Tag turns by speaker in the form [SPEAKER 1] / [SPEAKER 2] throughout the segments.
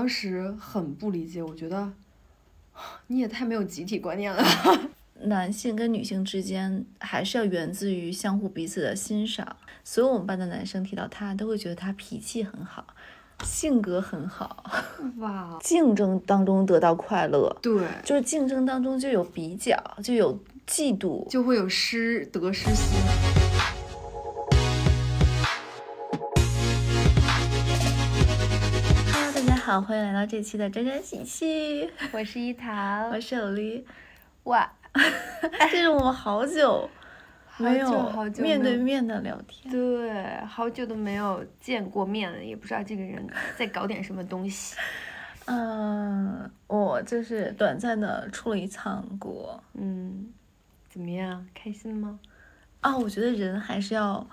[SPEAKER 1] 当时很不理解，我觉得 你也太没有集体观 念了。
[SPEAKER 2] 男性跟女性之间还是要源自于相互彼此的欣赏。所有我们班的男生提到他，都会觉得他脾气很好，性格很好，
[SPEAKER 1] 哇，
[SPEAKER 3] 哦
[SPEAKER 2] 竞争当中得到快乐，
[SPEAKER 1] 对，
[SPEAKER 2] 就是竞争当中就有比较，就有嫉妒。
[SPEAKER 1] 就会有失得失心。
[SPEAKER 2] Hello，大家好，欢迎来到这期的真真喜剧，
[SPEAKER 3] 我是一桃
[SPEAKER 2] 我，是有力。
[SPEAKER 3] 哇，
[SPEAKER 2] 这是我们好久没有
[SPEAKER 1] 好久好久
[SPEAKER 2] 面
[SPEAKER 1] 没
[SPEAKER 2] 对
[SPEAKER 1] 有
[SPEAKER 2] 面的聊天。
[SPEAKER 3] 对，好久都没有见过面了，也不知道这个人在搞点什么东西。
[SPEAKER 2] 嗯，我就是短暂的出了一趟国
[SPEAKER 3] 嗯，怎么样，开心吗？
[SPEAKER 2] 啊，我觉得人还是要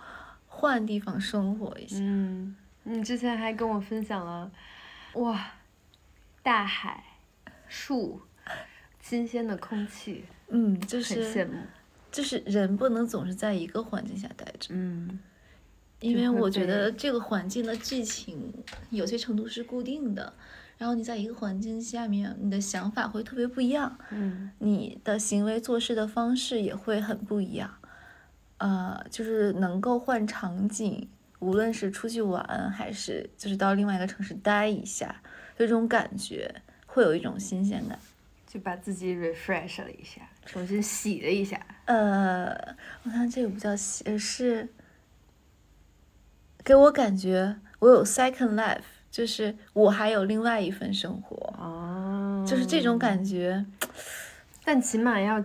[SPEAKER 2] 换地方生活一下。
[SPEAKER 3] 嗯，你之前还跟我分享了，哇，大海、树、新鲜的空气，
[SPEAKER 2] 嗯，就
[SPEAKER 3] 很羡
[SPEAKER 2] 是
[SPEAKER 3] 慕。
[SPEAKER 2] 就是人不能总是在一个环境下待着，
[SPEAKER 3] 嗯，
[SPEAKER 2] 因
[SPEAKER 3] 就
[SPEAKER 2] 为
[SPEAKER 3] 会
[SPEAKER 2] 我觉
[SPEAKER 3] 被
[SPEAKER 2] 得这个环境的剧情有些程度是固定的，然后你在一个环境下面，你的想法会特别不一样。
[SPEAKER 3] 嗯，
[SPEAKER 2] 你的行为做事的方式也会很不一样，呃，就是能够换场景，无论是出去玩还是就是到另外一个城市待一下，就这种感觉会有一种新鲜感。
[SPEAKER 3] 就把自己 refresh 了一下，重新洗了一下。
[SPEAKER 2] 呃，我看这个不叫喜，呃是给我感觉我有 second life，就是我还有另外一份生活，
[SPEAKER 1] 啊
[SPEAKER 3] 哦
[SPEAKER 2] 就是这种感觉。
[SPEAKER 3] 但起码要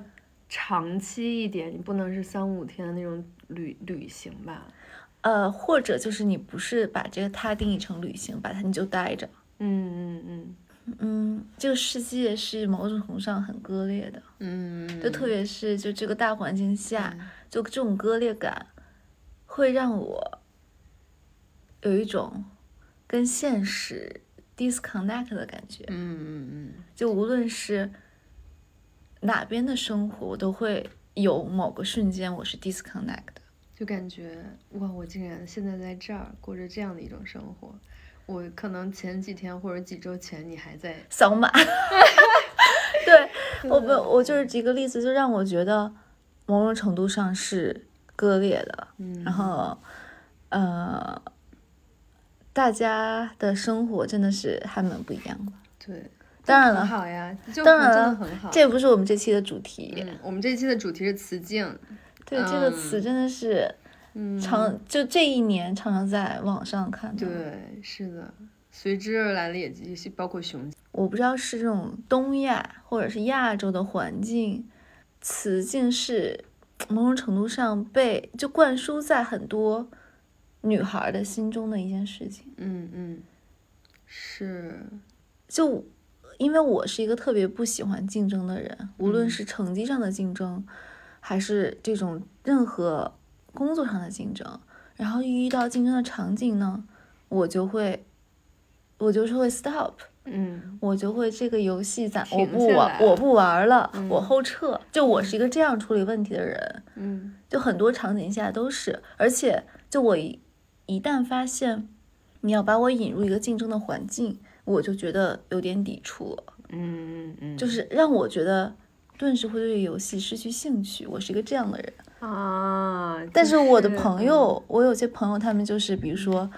[SPEAKER 3] 长期一点，你不能是三五天的那种旅旅行吧？
[SPEAKER 2] 呃，或者就是你不是把这个它定义成旅行，把它你就待着。
[SPEAKER 3] 嗯嗯
[SPEAKER 2] 嗯，这个世界是某种程度上很割裂的，
[SPEAKER 1] 嗯，
[SPEAKER 2] 就特别是就这个大环境下，
[SPEAKER 1] 嗯
[SPEAKER 2] 就这种割裂感，会让我有一种跟现实 disconnect 的感觉。
[SPEAKER 1] 嗯嗯嗯，
[SPEAKER 2] 就无论是哪边的生活，我都会有某个瞬间我是 disconnect 的。
[SPEAKER 1] 就感觉哇，我竟然现在在这儿过着这样的一种生活。我可能前几天或者几周前你还在，
[SPEAKER 2] 扫码。对
[SPEAKER 1] 嗯
[SPEAKER 2] 我们，我就是举个例子，就让我觉得某种程度上是割裂的。
[SPEAKER 1] 嗯，
[SPEAKER 2] 然后，呃，大家的生活真的是还蛮不一样的。
[SPEAKER 1] 对，
[SPEAKER 2] 当然
[SPEAKER 1] 很
[SPEAKER 2] 了，
[SPEAKER 1] 好呀，就
[SPEAKER 2] 当然
[SPEAKER 1] 真
[SPEAKER 2] 了
[SPEAKER 1] 的很好。
[SPEAKER 2] 这不是我们这期的主题。
[SPEAKER 1] 嗯，我们这期的主题是词境，
[SPEAKER 2] 对这个词真的是
[SPEAKER 1] 嗯，
[SPEAKER 2] 常就这一年常常在网上看到。
[SPEAKER 1] 对，是的，随之而来的也也包括雄
[SPEAKER 2] 我不知道是这种东亚或者是亚洲的环境，词境是某种程度上被就灌输在很多女孩的心中的一件事情。
[SPEAKER 1] 嗯嗯，是，
[SPEAKER 2] 就因为我是一个特别不喜欢竞争的人，无
[SPEAKER 3] 嗯
[SPEAKER 2] 论是成绩上的竞争，还是这种任何工作上的竞争，然后一遇到竞争的场景呢，我就会我就是会 stop。
[SPEAKER 3] 嗯
[SPEAKER 2] 我就会这个游戏咱我
[SPEAKER 3] 停
[SPEAKER 2] 不
[SPEAKER 3] 下
[SPEAKER 2] 玩
[SPEAKER 3] 来
[SPEAKER 2] 我不玩了，
[SPEAKER 1] 嗯
[SPEAKER 2] 我后撤。就我是一个这样处理问题的人，
[SPEAKER 3] 嗯嗯
[SPEAKER 2] 就很多场景下都是，而且就我一一旦发现你要把我引入一个竞争的环境，我就觉得有点抵触了，
[SPEAKER 3] 嗯嗯，
[SPEAKER 2] 就是让我觉得顿时会对游戏失去兴趣。我是一个这样的人，
[SPEAKER 3] 啊。
[SPEAKER 2] 但
[SPEAKER 3] 就是
[SPEAKER 2] 我的
[SPEAKER 1] 嗯
[SPEAKER 2] 朋，友，我有些朋友他们就是，比如说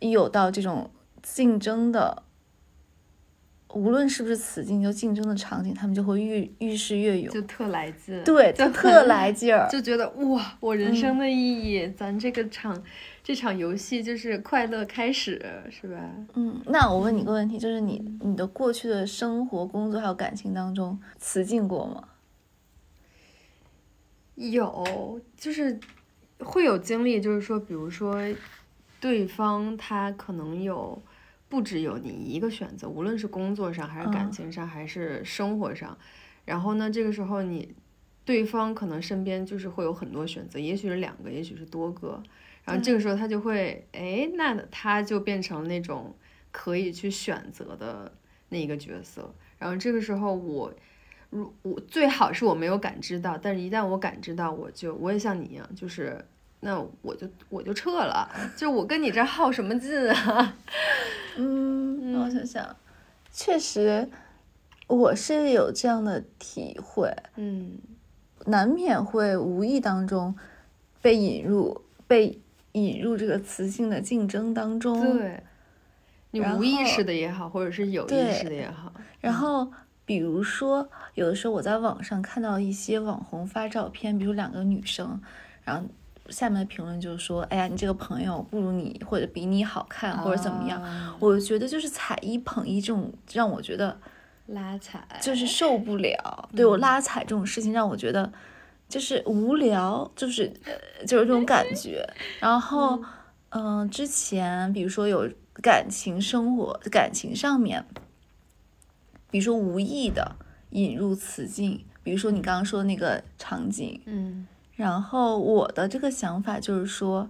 [SPEAKER 2] 一有到这种竞争的，无论是不是此境就竞争的场景，他们就会愈愈试越
[SPEAKER 3] 嗯
[SPEAKER 2] 勇，
[SPEAKER 3] 就特来劲，，
[SPEAKER 2] 对，嗯
[SPEAKER 1] 就
[SPEAKER 2] 就
[SPEAKER 1] 很
[SPEAKER 2] 特来劲儿。
[SPEAKER 1] 就觉得哇，我人生的意义，咱这个场这场游戏就是快乐开始，是吧？
[SPEAKER 2] 嗯，那我问你个问题，就是你你的过去的生活、工作还有感情当中，辞境过吗？
[SPEAKER 1] 有，就是会有经历，就是说，比如说，对方他可能有不只有你一个选择，无论是工作上，还是感
[SPEAKER 2] 嗯
[SPEAKER 1] 情上，还是生活上。然后呢，这个时候你对方可能身边就是会有很多选择，也许是两个，也许是多个。然后这个时候他就会，哎，那他就变成那种可以去选择的那一个角色。然后这个时候我如我最好是我没有感知到，但是一旦我感知到，我就我也像你一样，就是那我就我就撤了，就我跟你这耗什么劲啊？
[SPEAKER 2] 嗯，让我想想，确实，我是有这样的体会，
[SPEAKER 1] 嗯，
[SPEAKER 2] 难免会无意当中被引入被引入这个雌性的竞争当中。
[SPEAKER 1] 对，你
[SPEAKER 2] 然
[SPEAKER 1] 无意
[SPEAKER 2] 后
[SPEAKER 1] 识的也好，或者是有意
[SPEAKER 2] 对
[SPEAKER 1] 识的也好，
[SPEAKER 2] 然后，比如说，有的时候我在网上看到一些网红发照片，比如两个女生，然后下面的评论就说：“哎呀，你这个朋友不如你，或者比你好看，或者怎么样。
[SPEAKER 1] 啊
[SPEAKER 2] 我觉得就是踩一捧一这种，让我觉得
[SPEAKER 3] 拉踩，
[SPEAKER 2] 就是受不了。对我拉踩这种事情，让我觉得就是无聊，就是呃就是这种感觉。然后，嗯、之前比如说有感情生活、感情上面，比如说无意的引入雌竞，比如说你刚刚说那个场景，
[SPEAKER 1] 嗯
[SPEAKER 2] 然后我的这个想法就是说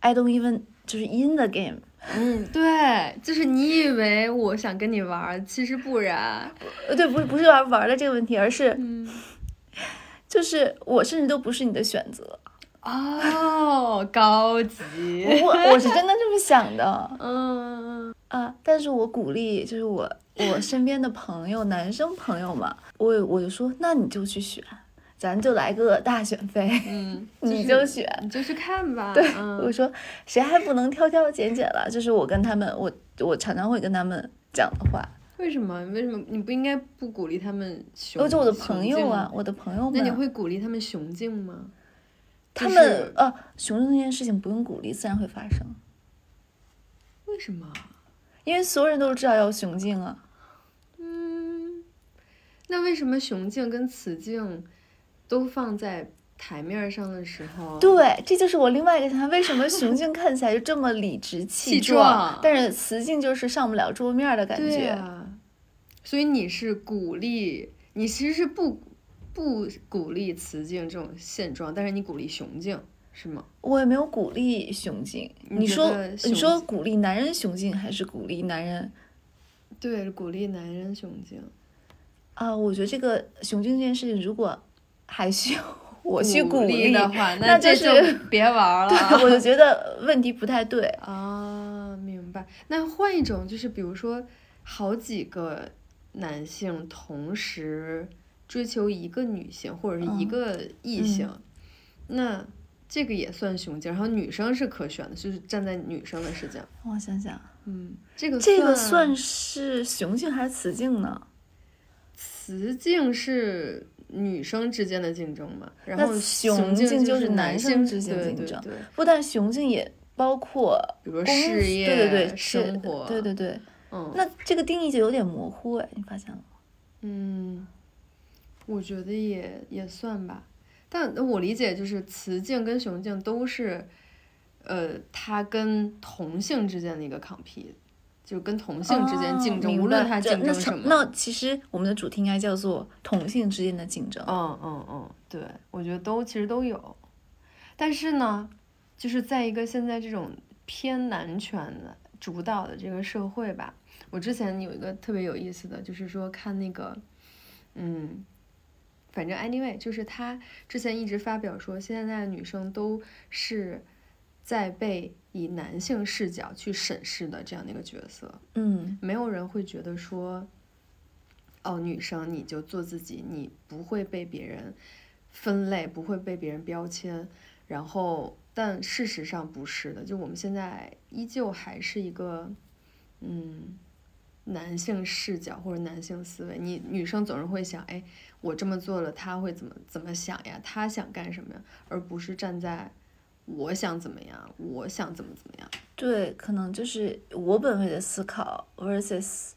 [SPEAKER 2] ，I don't even 就是 in the game。
[SPEAKER 1] 嗯，
[SPEAKER 3] 对，就是你以为我想跟你玩儿，其实不然。
[SPEAKER 2] 呃，对，不是不是玩玩的这个问题，而是，就是我甚至都不是你的选择，
[SPEAKER 3] 哦，高级。
[SPEAKER 2] 我我是真的这么想的
[SPEAKER 3] 嗯，
[SPEAKER 2] 啊，但是我鼓励就是我我身边的朋友，男生朋友嘛，我有我就说，那你就去选，咱就来个大选妃，
[SPEAKER 3] 嗯，
[SPEAKER 2] 你
[SPEAKER 3] 就
[SPEAKER 2] 就是选。
[SPEAKER 3] 你就去看吧。
[SPEAKER 2] 对，
[SPEAKER 3] 嗯
[SPEAKER 2] 我说谁还不能挑挑拣拣了？就是我跟他们，我我常常会跟他们讲的话，
[SPEAKER 1] 为什么？为什么你不应该不鼓励他们雄？
[SPEAKER 2] 我哦就我的
[SPEAKER 1] 雄
[SPEAKER 2] 朋友
[SPEAKER 1] 竞
[SPEAKER 2] 啊，
[SPEAKER 1] 吗，
[SPEAKER 2] 我的朋友们
[SPEAKER 1] 那
[SPEAKER 2] 啊，
[SPEAKER 1] 你会鼓励他们雄竞吗？
[SPEAKER 2] 他
[SPEAKER 1] 就
[SPEAKER 2] 们、
[SPEAKER 1] 是
[SPEAKER 2] 呃，雄性这件事情不用鼓励，自然会发生。
[SPEAKER 1] 为什么？
[SPEAKER 2] 因为所有人都知道要雄竞啊，
[SPEAKER 1] 嗯，那为什么雄竞跟雌竞都放在台面上的时候，
[SPEAKER 2] 对，这就是我另外一个想法。为什么 雄竞看起来就这么理直
[SPEAKER 1] 气
[SPEAKER 2] 气壮
[SPEAKER 1] 壮，
[SPEAKER 2] 但是雌竞就是上不了桌面儿的感
[SPEAKER 1] 对
[SPEAKER 2] 觉？
[SPEAKER 1] 啊，所以你是鼓励，你其实是不不鼓励雌竞这种现状，但是你鼓励雄竞，是吗？
[SPEAKER 2] 我也没有鼓励雄竞。
[SPEAKER 1] 你
[SPEAKER 2] 你
[SPEAKER 1] 觉
[SPEAKER 2] 说
[SPEAKER 1] 得，雄
[SPEAKER 2] 你说
[SPEAKER 1] 竞
[SPEAKER 2] 鼓励男人雄竞还是鼓励男人
[SPEAKER 1] 对，鼓励男人雄竞，
[SPEAKER 2] 啊、我觉得这个雄竞这件事情，如果还需要我去鼓
[SPEAKER 1] 励
[SPEAKER 2] 励
[SPEAKER 1] 的话，
[SPEAKER 2] 那
[SPEAKER 1] 这
[SPEAKER 2] 就
[SPEAKER 1] 别玩了。
[SPEAKER 2] 对，我就觉得问题不太对。
[SPEAKER 1] 啊，明白。那换一种，就是比如说，好几个男性同时追求一个女性，或者是一
[SPEAKER 2] 嗯
[SPEAKER 1] 个异
[SPEAKER 2] 嗯
[SPEAKER 1] 性，那这个也算雄竞。然后女生是可选的，就是站在女生的视角，
[SPEAKER 2] 我想想，
[SPEAKER 1] 嗯，这个
[SPEAKER 2] 这个算是雄竞还是雌竞呢？
[SPEAKER 1] 雌竞是女生之间的竞争嘛？然
[SPEAKER 2] 那
[SPEAKER 1] 后
[SPEAKER 2] 雄
[SPEAKER 1] 雄竞
[SPEAKER 2] 竞
[SPEAKER 1] 就
[SPEAKER 2] 就是是男生
[SPEAKER 1] 性
[SPEAKER 2] 之间
[SPEAKER 1] 对
[SPEAKER 2] 竞
[SPEAKER 1] 对
[SPEAKER 2] 争
[SPEAKER 1] 对，
[SPEAKER 2] 不但雄竞也包括
[SPEAKER 1] 比如说
[SPEAKER 2] 公
[SPEAKER 1] 事业、
[SPEAKER 2] 对对对，是
[SPEAKER 1] 生活，
[SPEAKER 2] 对对对。
[SPEAKER 1] 嗯，
[SPEAKER 2] 那这个定义就有点模糊哎，你发现了吗？
[SPEAKER 1] 嗯，我觉得也也算吧，但我理解就是雌竞跟雄竞都是，呃，它跟同性之间的一个 compete，就跟同性之间竞
[SPEAKER 2] 哦
[SPEAKER 1] 争，
[SPEAKER 2] 明
[SPEAKER 1] 无论
[SPEAKER 2] 白
[SPEAKER 1] 它
[SPEAKER 2] 这
[SPEAKER 1] 竞
[SPEAKER 2] 那
[SPEAKER 1] 争什
[SPEAKER 2] 成
[SPEAKER 1] 么。
[SPEAKER 2] 那其实我们的主题应该叫做同性之间的竞争。
[SPEAKER 1] 嗯嗯嗯，对，我觉得都其实都有，但是呢，就是在一个现在这种偏男权的主导的这个社会吧，我之前有一个特别有意思的，就是说看那个，嗯，反正 anyway，就是他之前一直发表说，现在的女生都是在被以男性视角去审视的这样的一个角色，
[SPEAKER 2] 嗯
[SPEAKER 1] 没有人会觉得说，哦，女生你就做自己，你不会被别人分类，不会被别人标签。然后，但事实上不是的，就我们现在依旧还是一个，嗯，男性视角或者男性思维。你女生总是会想，哎，我这么做了，他会怎么怎么想呀？他想干什么呀？而不是站在我想怎么样，我想怎么怎么样。
[SPEAKER 2] 对，可能就是我本位的思考 versus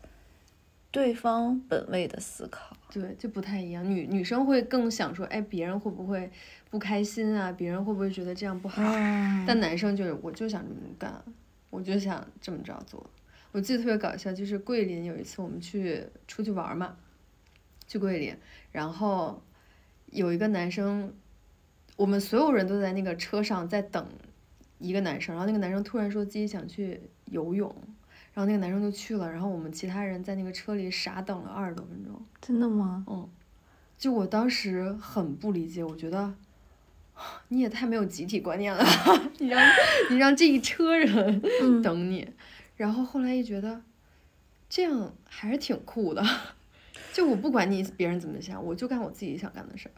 [SPEAKER 2] 对方本位的思考。
[SPEAKER 1] 对，就不太一样。女女生会更想说，哎，别人会不会不开心啊？别人会不会觉得这样不好？啊
[SPEAKER 2] 嗯，
[SPEAKER 1] 但男生就是，我就想这么干，我就想这么着做。我记得特别搞笑，就是桂林有一次我们去出去玩嘛，去桂林，然后有一个男生，我们所有人都在那个车上在等一个男生，然后那个男生突然说自己想去游泳，然后那个男生就去了，然后我们其他人在那个车里傻等了二十多分钟。
[SPEAKER 2] 真的吗？
[SPEAKER 1] 嗯，就我当时很不理解，我觉得你也太没有集体观念了吧， 你让你让这一车人
[SPEAKER 2] 嗯，
[SPEAKER 1] 等你，然后后来一觉得。这样还是挺酷的。就我不管你别人怎么想，我就干我自己想干的事儿。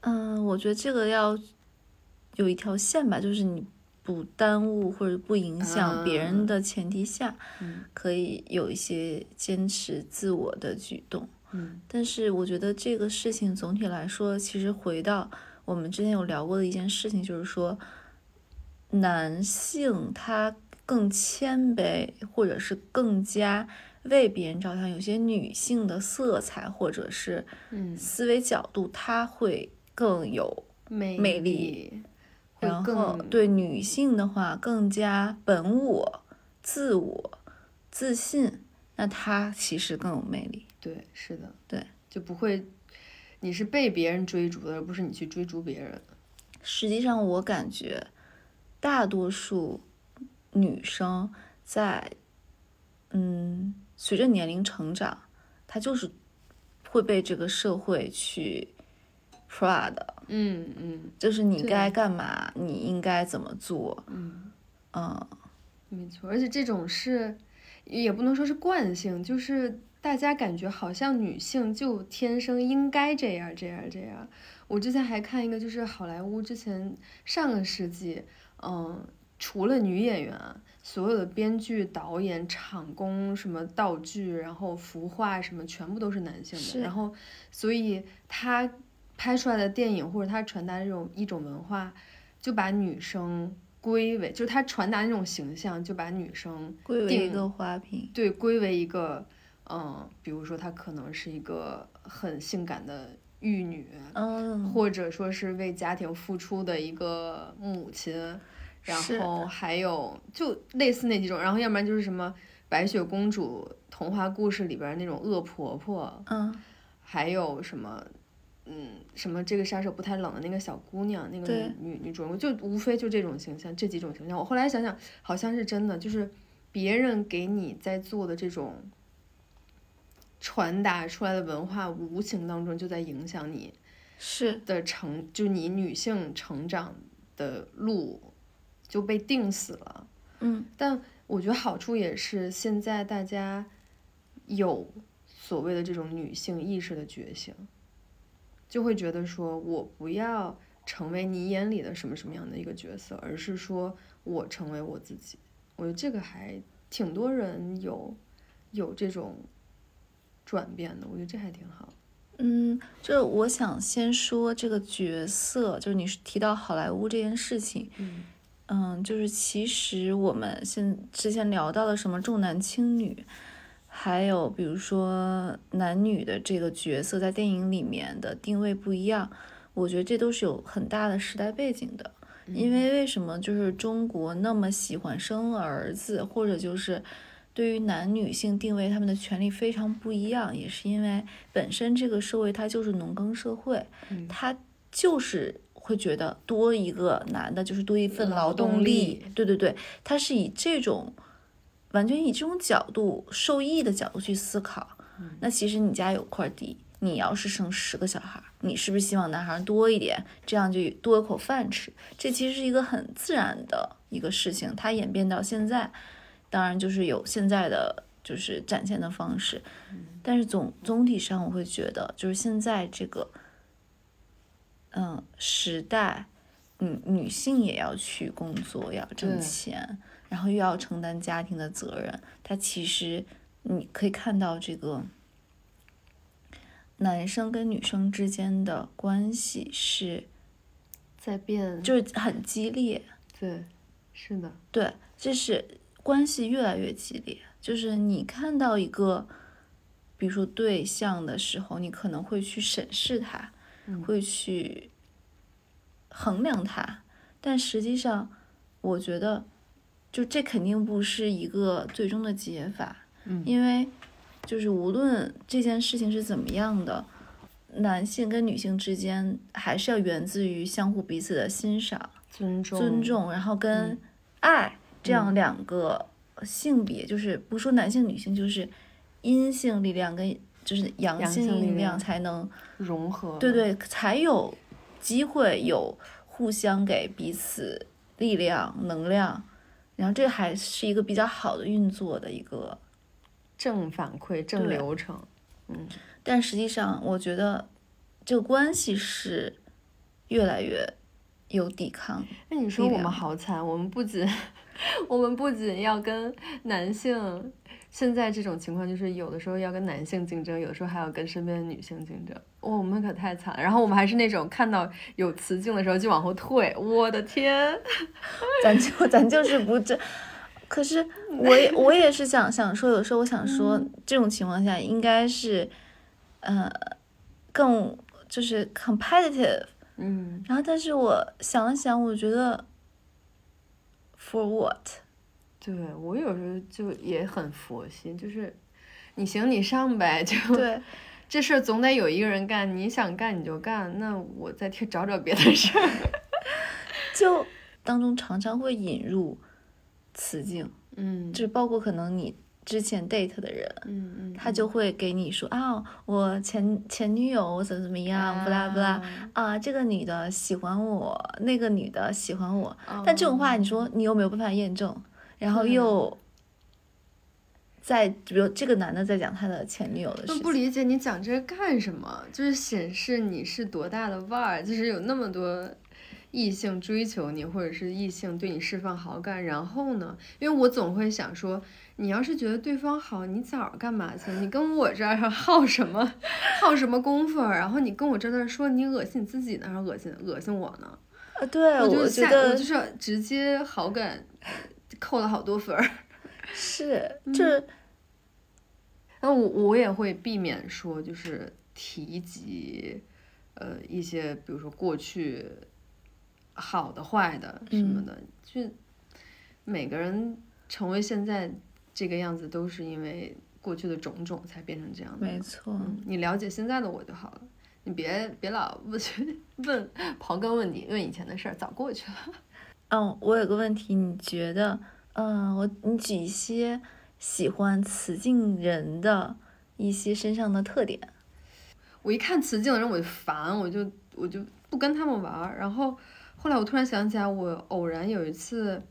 [SPEAKER 2] 嗯，我觉得这个要有一条线吧，就是你不耽误或者不影响别人的前提下，
[SPEAKER 1] 嗯
[SPEAKER 2] 可以有一些坚持自我的举动。
[SPEAKER 1] 嗯
[SPEAKER 2] 但是我觉得这个事情总体来说，其实回到我们之前有聊过的一件事情，就是说，男性他更谦卑，或者是更加为别人着想，有些女性的色彩或者是
[SPEAKER 1] 嗯，
[SPEAKER 2] 思维角度，他会更有。
[SPEAKER 1] 美
[SPEAKER 2] 美
[SPEAKER 1] 丽，会
[SPEAKER 2] 然后
[SPEAKER 1] 更
[SPEAKER 2] 对女性的话，更加本我、自我、自信，那她其实更有魅力。
[SPEAKER 1] 对，是的，
[SPEAKER 2] 对，
[SPEAKER 1] 就不会你是被别人追逐的，而不是你去追逐别人。
[SPEAKER 2] 实际上，我感觉大多数女生在，嗯，随着年龄成长，她就是会被这个社会去 prod，
[SPEAKER 1] 嗯嗯
[SPEAKER 2] 就是你
[SPEAKER 1] 对
[SPEAKER 2] 该干嘛，你应该怎么做，
[SPEAKER 1] 嗯。
[SPEAKER 2] 嗯，
[SPEAKER 1] 没错，而且这种是，也不能说是惯性，就是大家感觉好像女性就天生应该这样这样这样。我之前还看一个，就是好莱坞之前上个世纪，嗯，除了女演员，啊所有的编剧、导演、场工、什么道具，然后服化什么，全部都是男性
[SPEAKER 2] 是
[SPEAKER 1] 的。然后，所以他拍出来的电影或者他传达这种一种文化，就把女生归为，就是他传达那种形象，就把女生
[SPEAKER 2] 归为一
[SPEAKER 1] 定
[SPEAKER 2] 个花瓶，
[SPEAKER 1] 对归为一个，嗯，比如说她可能是一个很性感的玉女，
[SPEAKER 2] 嗯，
[SPEAKER 1] 或者说是为家庭付出的一个母亲，然
[SPEAKER 2] 是
[SPEAKER 1] 后还有就类似那几种，然后要不然就是什么白雪公主童话故事里边那种恶婆婆，
[SPEAKER 2] 嗯，
[SPEAKER 1] 还有什么。嗯，什么这个杀手不太冷的那个小姑娘，那个
[SPEAKER 2] 对
[SPEAKER 1] 女女女主人公，就无非就这种形象，这几种形象。我后来想想，好像是真的，就是别人给你在做的这种传达出来的文化，无形当中就在影响你
[SPEAKER 2] 是
[SPEAKER 1] 的成，就你女性成长的路就被定死了。
[SPEAKER 2] 嗯，
[SPEAKER 1] 但我觉得好处也是现在大家有所谓的这种女性意识的觉醒，就会觉得说我不要成为你眼里的什么什么样的一个角色，而是说我成为我自己。我觉得这个还挺多人有有这种转变的，我觉得这还挺好。
[SPEAKER 2] 嗯，就是我想先说这个角色，就是你提到好莱坞这件事情，
[SPEAKER 1] 嗯
[SPEAKER 2] 嗯，就是其实我们现之前聊到的什么重男轻女，还有比如说男女的这个角色在电影里面的定位不一样，我觉得这都是有很大的时代背景的。因为为什么就是中国那么喜欢生儿子，或者就是对于男女性定位他们的权利非常不一样，也是因为本身这个社会它就是农耕社会，
[SPEAKER 1] 嗯
[SPEAKER 2] 它就是会觉得多一个男的就是多一份劳动
[SPEAKER 1] 劳动
[SPEAKER 2] 对对对，它是以这种完全以这种角度受益的角度去思考。那其实你家有块地，你要是生十个小孩儿，你是不是希望男孩儿多一点，这样就多一口饭吃？这其实是一个很自然的一个事情，它演变到现在，当然就是有现在的就是展现的方式，但是总总体上我会觉得，就是现在这个，嗯，时代，女女性也要去工作，要挣
[SPEAKER 1] 对
[SPEAKER 2] 钱，然后又要承担家庭的责任，它其实你可以看到这个。男生跟女生之间的关系是，
[SPEAKER 1] 在变，
[SPEAKER 2] 就是很激烈，
[SPEAKER 1] 对，是的，
[SPEAKER 2] 对，就是关系越来越激烈。就是你看到一个，比如说对象的时候，你可能会去审视他，
[SPEAKER 1] 嗯
[SPEAKER 2] 会去衡量他，但实际上，我觉得，就这肯定不是一个最终的解法，
[SPEAKER 1] 嗯
[SPEAKER 2] 因为就是无论这件事情是怎么样的。男性跟女性之间还是要源自于相互彼此的欣赏，
[SPEAKER 1] 尊重，
[SPEAKER 2] 尊，重，然后跟爱这样两个性别，就是不说男性女性，就是阴性力量跟就是阳
[SPEAKER 1] 阳
[SPEAKER 2] 性
[SPEAKER 1] 性力
[SPEAKER 2] 力量嗯
[SPEAKER 1] 量
[SPEAKER 2] 才能
[SPEAKER 1] 融合，
[SPEAKER 2] 对，对才有机会有互相给彼此力量能量，然后这还是一个比较好的运作的一个
[SPEAKER 1] 正反馈、正
[SPEAKER 2] 对
[SPEAKER 1] 流程。
[SPEAKER 2] 但实际上，我觉得这个关系是越来越有抵抗。
[SPEAKER 1] 那你说
[SPEAKER 2] 力
[SPEAKER 1] 我们
[SPEAKER 2] 量
[SPEAKER 1] 好惨，我们不仅 我们不仅要跟男性，现在这种情况就是有的时候要跟男性竞争，有的时候还要跟身边的女性竞争，哇、我们可太惨了。然后我们还是那种看到有雌竞的时候就往后退，我的天！
[SPEAKER 2] 咱就 咱就是不这。可是我也我也是想想说，有时候我想说，这种情况下应该是，呃，更就是 competitive。
[SPEAKER 1] 嗯，
[SPEAKER 2] 然后，但是我想了想，我觉得，for what？
[SPEAKER 1] 对我有时候就也很佛系，就是你行你上呗，就
[SPEAKER 2] 对，
[SPEAKER 1] 这事儿总得有一个人干，你想干你就干，那我再去找找别的事儿。
[SPEAKER 2] 就当中常常会引入雌竞，
[SPEAKER 1] 嗯
[SPEAKER 2] 就是包括可能你之前 date 的人，
[SPEAKER 1] 嗯嗯，
[SPEAKER 2] 他就会给你说啊，我前前女友怎么怎么样，不啦不啦，啊，这个女的喜欢我，那个女的喜欢我。
[SPEAKER 1] 啊，
[SPEAKER 2] 但这种话，
[SPEAKER 1] 嗯
[SPEAKER 2] 你说你又没有办法验证，然后
[SPEAKER 1] 对
[SPEAKER 2] 又在比如这个男的在讲他的前女友的事
[SPEAKER 1] 那不
[SPEAKER 2] 情，
[SPEAKER 1] 理解你讲这个干什么？就是显示你是多大的腕儿，就是有那么多异性追求你，或者是异性对你释放好感。然后呢，因为我总会想说，你要是觉得对方好，你早干嘛去？你跟我这儿啊耗什么耗什么功夫儿？啊然后你跟我这儿说你恶心你自己呢，还是恶心恶心我呢？
[SPEAKER 2] 啊，对，
[SPEAKER 1] 就
[SPEAKER 2] 我觉
[SPEAKER 1] 下我
[SPEAKER 2] 得
[SPEAKER 1] 就是直接好感扣了好多分儿。
[SPEAKER 2] 是，
[SPEAKER 1] 嗯
[SPEAKER 2] 就是
[SPEAKER 1] 那我我也会避免说，就是提及，呃，一些比如说过去好的、坏的什
[SPEAKER 2] 嗯
[SPEAKER 1] 么的，就每个人成为现在这个样子，都是因为过去的种种才变成这样的。
[SPEAKER 2] 没错，
[SPEAKER 1] 嗯，你了解现在的我就好了，你别别老问 问刨根问底，问以前的事儿，早过去了。
[SPEAKER 2] 嗯，我有个问题，你觉得，嗯，我你举一些喜欢雌竞人的一些身上的特点，
[SPEAKER 1] 我一看雌竞的人我就烦，我就我就不跟他们玩儿。然后后来我突然想起来，我偶然有一次，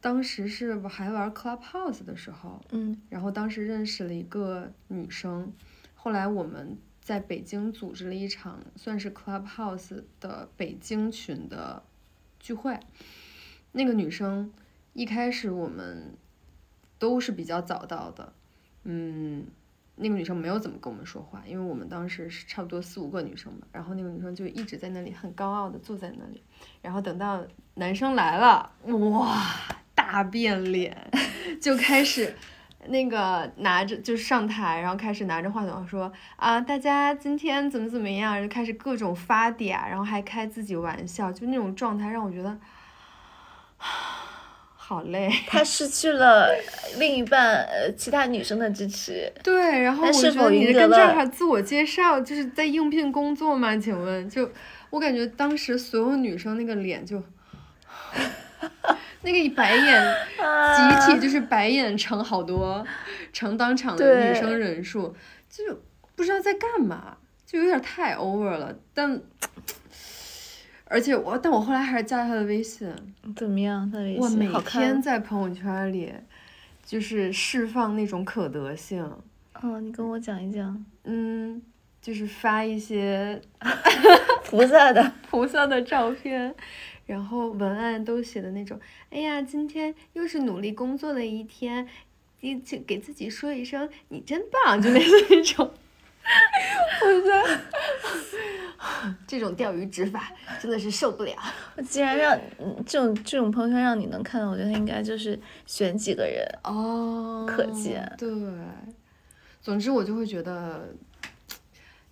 [SPEAKER 1] 当时是我还玩 Clubhouse 的时候，
[SPEAKER 2] 嗯
[SPEAKER 1] 然后当时认识了一个女生，后来我们在北京组织了一场算是 Clubhouse 的北京群的聚会。那个女生一开始我们都是比较早到的，嗯，那个女生没有怎么跟我们说话，因为我们当时是差不多四五个女生嘛，然后那个女生就一直在那里很高傲的坐在那里，然后等到男生来了，哇，大变脸， 就开始那个拿着就是上台，然后开始拿着话筒说啊，大家今天怎么怎么样，就开始各种发嗲，然后还开自己玩笑，就那种状态让我觉得 好累。
[SPEAKER 2] 他失去了另一半呃其他女生的支持，
[SPEAKER 1] 对，然后
[SPEAKER 2] 但
[SPEAKER 1] 我
[SPEAKER 2] 是
[SPEAKER 1] 觉
[SPEAKER 2] 否
[SPEAKER 1] 得你
[SPEAKER 2] 赢
[SPEAKER 1] 的
[SPEAKER 2] 得
[SPEAKER 1] 跟这
[SPEAKER 2] 了
[SPEAKER 1] 儿还自我介绍，就是在应聘工作吗？请问，就我感觉当时所有女生那个脸就，那个白眼
[SPEAKER 2] 啊
[SPEAKER 1] 集体就是白眼成好多，成当场的女
[SPEAKER 2] 对
[SPEAKER 1] 生人数，就不知道在干嘛，就有点太 over 了。但而且我，但我后来还是加了他的微信，
[SPEAKER 2] 怎么样？他的微
[SPEAKER 1] 我
[SPEAKER 2] 信
[SPEAKER 1] 每
[SPEAKER 2] 好
[SPEAKER 1] 天
[SPEAKER 2] 看？
[SPEAKER 1] 在朋友圈里就是释放那种可得性。
[SPEAKER 2] 嗯，你跟我讲一讲
[SPEAKER 1] 嗯，就是发一些
[SPEAKER 2] 菩萨的，
[SPEAKER 1] 菩萨的照片，然后文案都写的那种，哎呀，今天又是努力工作的一天，你就给自己说一声你真棒， 就类似那种。我觉得 这种钓鱼执法真的是受不了。
[SPEAKER 2] 既然让嗯这种这种朋友圈让你能看到，我觉得他应该就是选几个人，
[SPEAKER 1] 哦，
[SPEAKER 2] 可见
[SPEAKER 1] 对，总之我就会觉得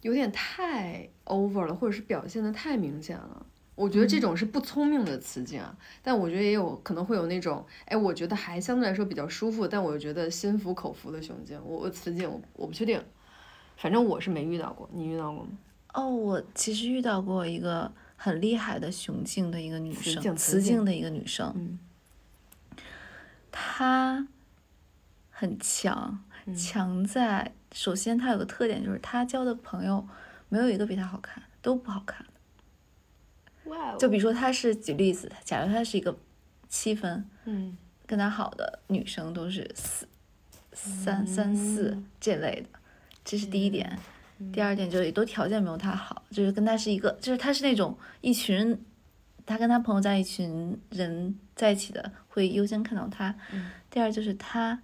[SPEAKER 1] 有点太 over 了，或者是表现的太明显了。我觉得
[SPEAKER 2] 嗯
[SPEAKER 1] 这种是不聪明的雌竞啊，但我觉得也有可能会有那种，哎，我觉得还相对来说比较舒服，但我又觉得心服口服的雄竞。我我雌竞，我我不确定，反正我是没遇到过，你遇到过吗？
[SPEAKER 2] 哦，我其实遇到过一个很厉害的雄竞的一个女
[SPEAKER 1] 雌
[SPEAKER 2] 生，
[SPEAKER 1] 竞
[SPEAKER 2] 雌
[SPEAKER 1] 雌
[SPEAKER 2] 竞
[SPEAKER 1] 竞
[SPEAKER 2] 的一个女生，
[SPEAKER 1] 嗯
[SPEAKER 2] 她很强，
[SPEAKER 1] 嗯
[SPEAKER 2] 强在首先她有个特点就是她交的朋友没有一个比她好看，都不好看。
[SPEAKER 1] 哇哦
[SPEAKER 2] 就比如说她是举例子，假如她是一个七分，
[SPEAKER 1] 嗯
[SPEAKER 2] 跟她好的女生都是四三三四这类的，这是第一点。第二点就是也都条件没有他好，就是跟他是一个，就是他是那种一群人，他跟他朋友在一群人在一起的，会优先看到他。第二就是他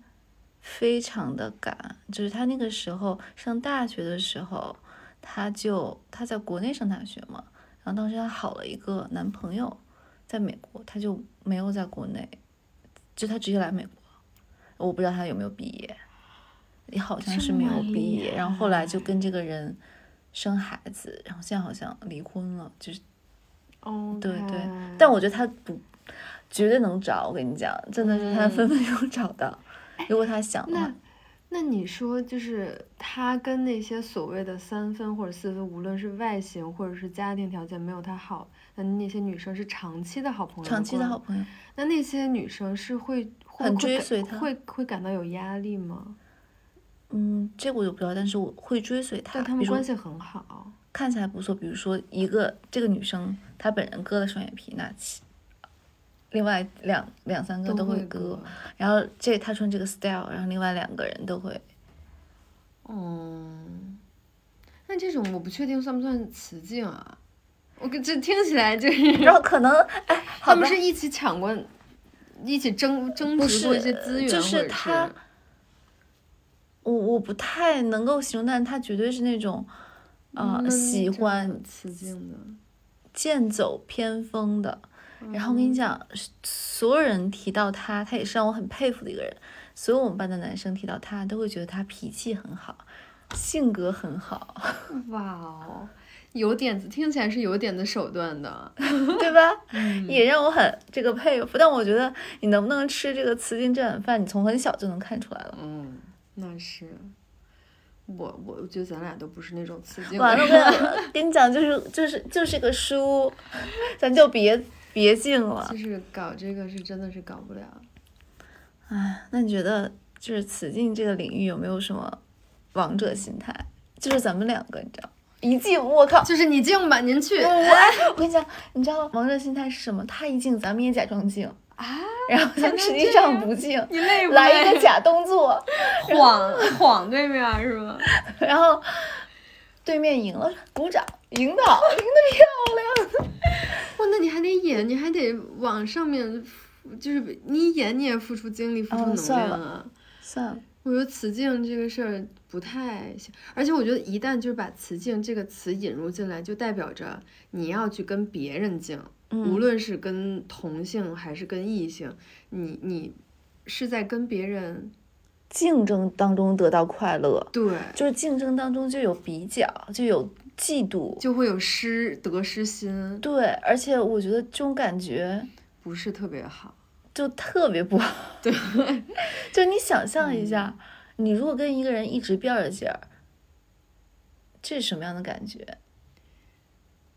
[SPEAKER 2] 非常的赶，就是他那个时候上大学的时候，他就他在国内上大学嘛，然后当时她好了一个男朋友，在美国，她就没有在国内，就她直接来美国，我不知道她有没有毕业，也好像是没有
[SPEAKER 3] 这么
[SPEAKER 2] 毕业，
[SPEAKER 3] 厉
[SPEAKER 2] 然后后来就跟这个人生孩子，然后现在好像离婚了，就是
[SPEAKER 1] 哦，
[SPEAKER 2] 对对，但我觉得她不绝对能找，我跟你讲，真的
[SPEAKER 1] 嗯
[SPEAKER 2] 是她分分钟找到，
[SPEAKER 1] 哎
[SPEAKER 2] 如果她想的话
[SPEAKER 1] 那，那你说，就是他跟那些所谓的三分或者四分，无论是外形或者是家庭条件没有他好，那那些女生是长期的好朋友，
[SPEAKER 2] 长期的好。朋友。
[SPEAKER 1] 那那些女生是会会
[SPEAKER 2] 很
[SPEAKER 1] 会
[SPEAKER 2] 追
[SPEAKER 1] 感
[SPEAKER 2] 随他
[SPEAKER 1] 会会感到有压力吗？
[SPEAKER 2] 嗯，这个我就不知道，但是我会追随她。
[SPEAKER 1] 但他
[SPEAKER 2] 比
[SPEAKER 1] 们
[SPEAKER 2] 如说
[SPEAKER 1] 关系很好，
[SPEAKER 2] 看起来不错，比如说一个这个女生她本人割了双眼皮，那起，另外两两三个都
[SPEAKER 1] 会
[SPEAKER 2] 会割，。然后这她穿这个 style，然后另外两个人都会，
[SPEAKER 1] 嗯，那这种我不确定算不算雌竞啊？我跟这听起来就是
[SPEAKER 2] 然后可能哎，
[SPEAKER 1] 他
[SPEAKER 2] 好吧
[SPEAKER 1] 们，是一起抢过，一起争争
[SPEAKER 2] 不
[SPEAKER 1] 执过一
[SPEAKER 2] 是
[SPEAKER 1] 些资源，
[SPEAKER 2] 就是
[SPEAKER 1] 或者
[SPEAKER 2] 他
[SPEAKER 1] 是
[SPEAKER 2] 我我不太能够形容，但她绝对是那种，呃，
[SPEAKER 1] 嗯
[SPEAKER 2] 喜
[SPEAKER 1] 这
[SPEAKER 2] 欢
[SPEAKER 1] 很雌竞的。
[SPEAKER 2] 剑走偏锋的。然后我跟你讲，所有人提到她，她也是让我很佩服的一个人。所有我们班的男生提到她，都会觉得她脾气很好，性格很好。
[SPEAKER 1] 哇哦，有点子，听起来是有点子手段的。
[SPEAKER 2] 对吧？也让我很这个佩服。但我觉得你能不能吃这个雌竞这碗饭，你从很小就能看出来了。
[SPEAKER 1] 嗯，那是。我我觉得咱俩都不是那种雌竞
[SPEAKER 2] 完
[SPEAKER 1] 的
[SPEAKER 2] 了，
[SPEAKER 1] 人。
[SPEAKER 2] 我跟你讲，就是就是就是个输，咱就别别竞了
[SPEAKER 1] 就。是搞这个是真的是搞不了。
[SPEAKER 2] 哎，那你觉得就是雌竞这个领域有没有什么王者心态？就是咱们两个，你知道，一竞我靠。
[SPEAKER 1] 就是你竞吧，您去。
[SPEAKER 2] 我跟你讲，你知道王者心态是什么？他一竞，咱们也假装竞
[SPEAKER 1] 啊，
[SPEAKER 2] 然后咱们实际上不竞，
[SPEAKER 1] 你累不累？
[SPEAKER 2] 来一个假动作，
[SPEAKER 1] 晃晃对面儿是吗？
[SPEAKER 2] 然后对面赢了，鼓掌， 赢的，赢的漂亮。
[SPEAKER 1] 哇，那你还得演，你还得往上面付，就是你演你也付出精力，付出
[SPEAKER 2] 哦
[SPEAKER 1] 能
[SPEAKER 2] 算
[SPEAKER 1] 量
[SPEAKER 2] 了
[SPEAKER 1] 啊。
[SPEAKER 2] 算了，
[SPEAKER 1] 我觉得雌竞这个事儿不太行，而且我觉得一旦就是把雌竞这个词引入进来，就代表着你要去跟别人竞，
[SPEAKER 2] 嗯
[SPEAKER 1] 无论是跟同性还是跟异性，你你是在跟别人
[SPEAKER 2] 竞争当中得到快乐，
[SPEAKER 1] 对，
[SPEAKER 2] 就是竞争当中就有比较，就有嫉妒。
[SPEAKER 1] 就会有失得失心，
[SPEAKER 2] 对，而且我觉得这种感觉
[SPEAKER 1] 不是特别好。
[SPEAKER 2] 就特别不好。 对，就你想象一下，你如果跟一个人一直飙着劲儿，这是什么样的感觉？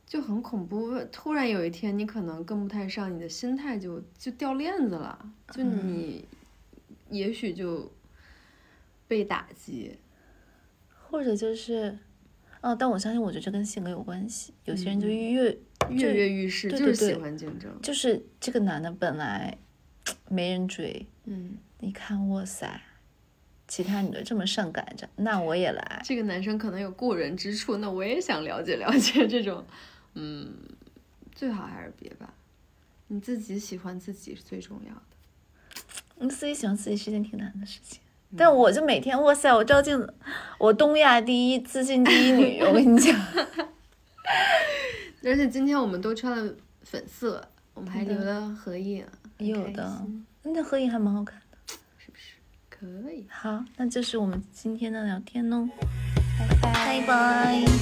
[SPEAKER 1] 就很恐怖。突然有一天，你可能跟不太上，你的心态就就掉链子了，就你也许就被打击。
[SPEAKER 2] 或者就是，哦，但我相信，我觉得这跟性格有关系。有些人就越、
[SPEAKER 1] 跃跃欲试，
[SPEAKER 2] 对
[SPEAKER 1] 就
[SPEAKER 2] 对
[SPEAKER 1] 是喜
[SPEAKER 2] 对
[SPEAKER 1] 欢竞争。
[SPEAKER 2] 就是这个男的本来没人追，
[SPEAKER 1] 嗯，
[SPEAKER 2] 你看，哇塞，其他女的这么上赶着，那我也来。
[SPEAKER 1] 这个男生可能有过人之处，那我也想了解了解这种。嗯，最好还是别吧，你自己喜欢自己是最重要的。
[SPEAKER 2] 你自己喜欢自己是一件挺难的事情。但我就每天，哇塞，我照镜子，我东亚第一，自信第一女。我跟你讲，
[SPEAKER 1] 而且今天我们都穿了粉色，我们还
[SPEAKER 2] 真的
[SPEAKER 1] 留了合影，很
[SPEAKER 2] 有
[SPEAKER 1] 开
[SPEAKER 2] 的
[SPEAKER 1] 心
[SPEAKER 2] 那合影还蛮好看的。
[SPEAKER 1] 是不是？可以。
[SPEAKER 2] 哦好，那就是我们今天的聊天喽，拜拜。拜拜